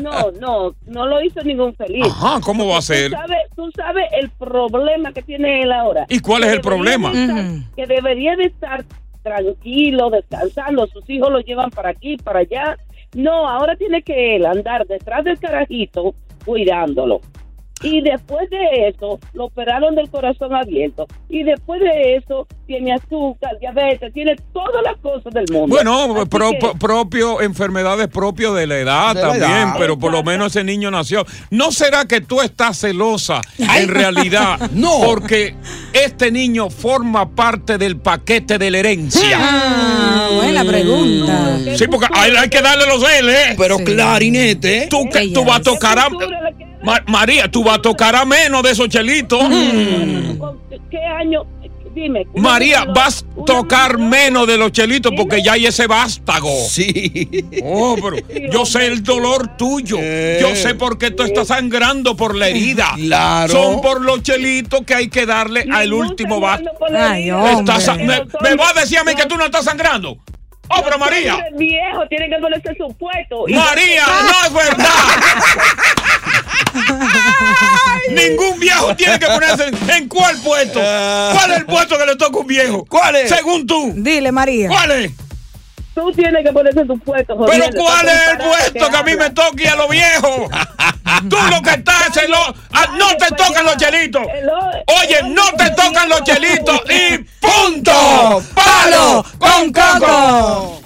Speaker 21: No, no, no lo hizo ningún feliz.
Speaker 8: Ajá, ¿cómo va a ser?
Speaker 21: Tú sabes, tú sabes el problema que tiene él ahora.
Speaker 8: ¿Y cuál es
Speaker 21: Que
Speaker 8: el
Speaker 21: debería
Speaker 8: problema?
Speaker 21: de estar- que debería de estar tranquilo, descansando. Sus hijos lo llevan para aquí, para allá. No, ahora tiene que él andar detrás del carajito cuidándolo. Y después de eso, lo operaron del corazón abierto. Y después de eso, tiene azúcar, diabetes, tiene todas las cosas del mundo.
Speaker 8: Bueno,
Speaker 21: Así
Speaker 8: pro-
Speaker 21: que-
Speaker 8: propio, enfermedades propias de la edad
Speaker 21: De la
Speaker 8: también,
Speaker 21: edad.
Speaker 8: pero por lo menos ese niño nació. ¿No será que tú estás
Speaker 21: <laughs>
Speaker 8: celosa en realidad?
Speaker 6: No.
Speaker 8: Porque este niño forma parte del paquete de la herencia.
Speaker 7: Ah, buena pregunta.
Speaker 8: Sí, porque a él hay que darle los L, ¿eh?
Speaker 6: Pero clarinete.
Speaker 8: Tú, que, tú vas a tocar a... Ma- María, tú vas a tocar a menos de esos chelitos.
Speaker 21: Mm. ¿Qué año? Dime. una
Speaker 8: María,
Speaker 21: mujer-
Speaker 8: vas a tocar menos de los chelitos porque ya hay ese vástago.
Speaker 6: Sí.
Speaker 8: Oh, pero yo sé el dolor tuyo. Yo sé por qué tú estás sangrando por la herida.
Speaker 6: Claro.
Speaker 8: Son por los chelitos que hay que darle al último vástago.
Speaker 21: Ay,
Speaker 8: Estás sa-
Speaker 21: hombre.
Speaker 8: me, me va a decir a mí que tú no estás sangrando. Oh, pero María.
Speaker 21: Hombre viejo tiene que ponerse en su puesto. Y- <laughs>
Speaker 8: María, no es verdad. Ningún viejo tiene que ponerse en, ¿en cuál puesto. ¿Cuál es el puesto que le toca a un viejo? ¿Cuál es? Según tú.
Speaker 7: Dile, María.
Speaker 8: ¿Cuál es?
Speaker 21: Tú tienes que ponerse en tu puesto.
Speaker 8: Pero
Speaker 21: jodiendo,
Speaker 8: ¿cuál
Speaker 21: estás
Speaker 8: es el
Speaker 21: comparada
Speaker 8: puesto que a mí me toca y a los <laughs> viejos? Tú lo que estás es lo- ah, no te tocan los chelitos. Oye, no te tocan los chelitos y punto. Palo con coco.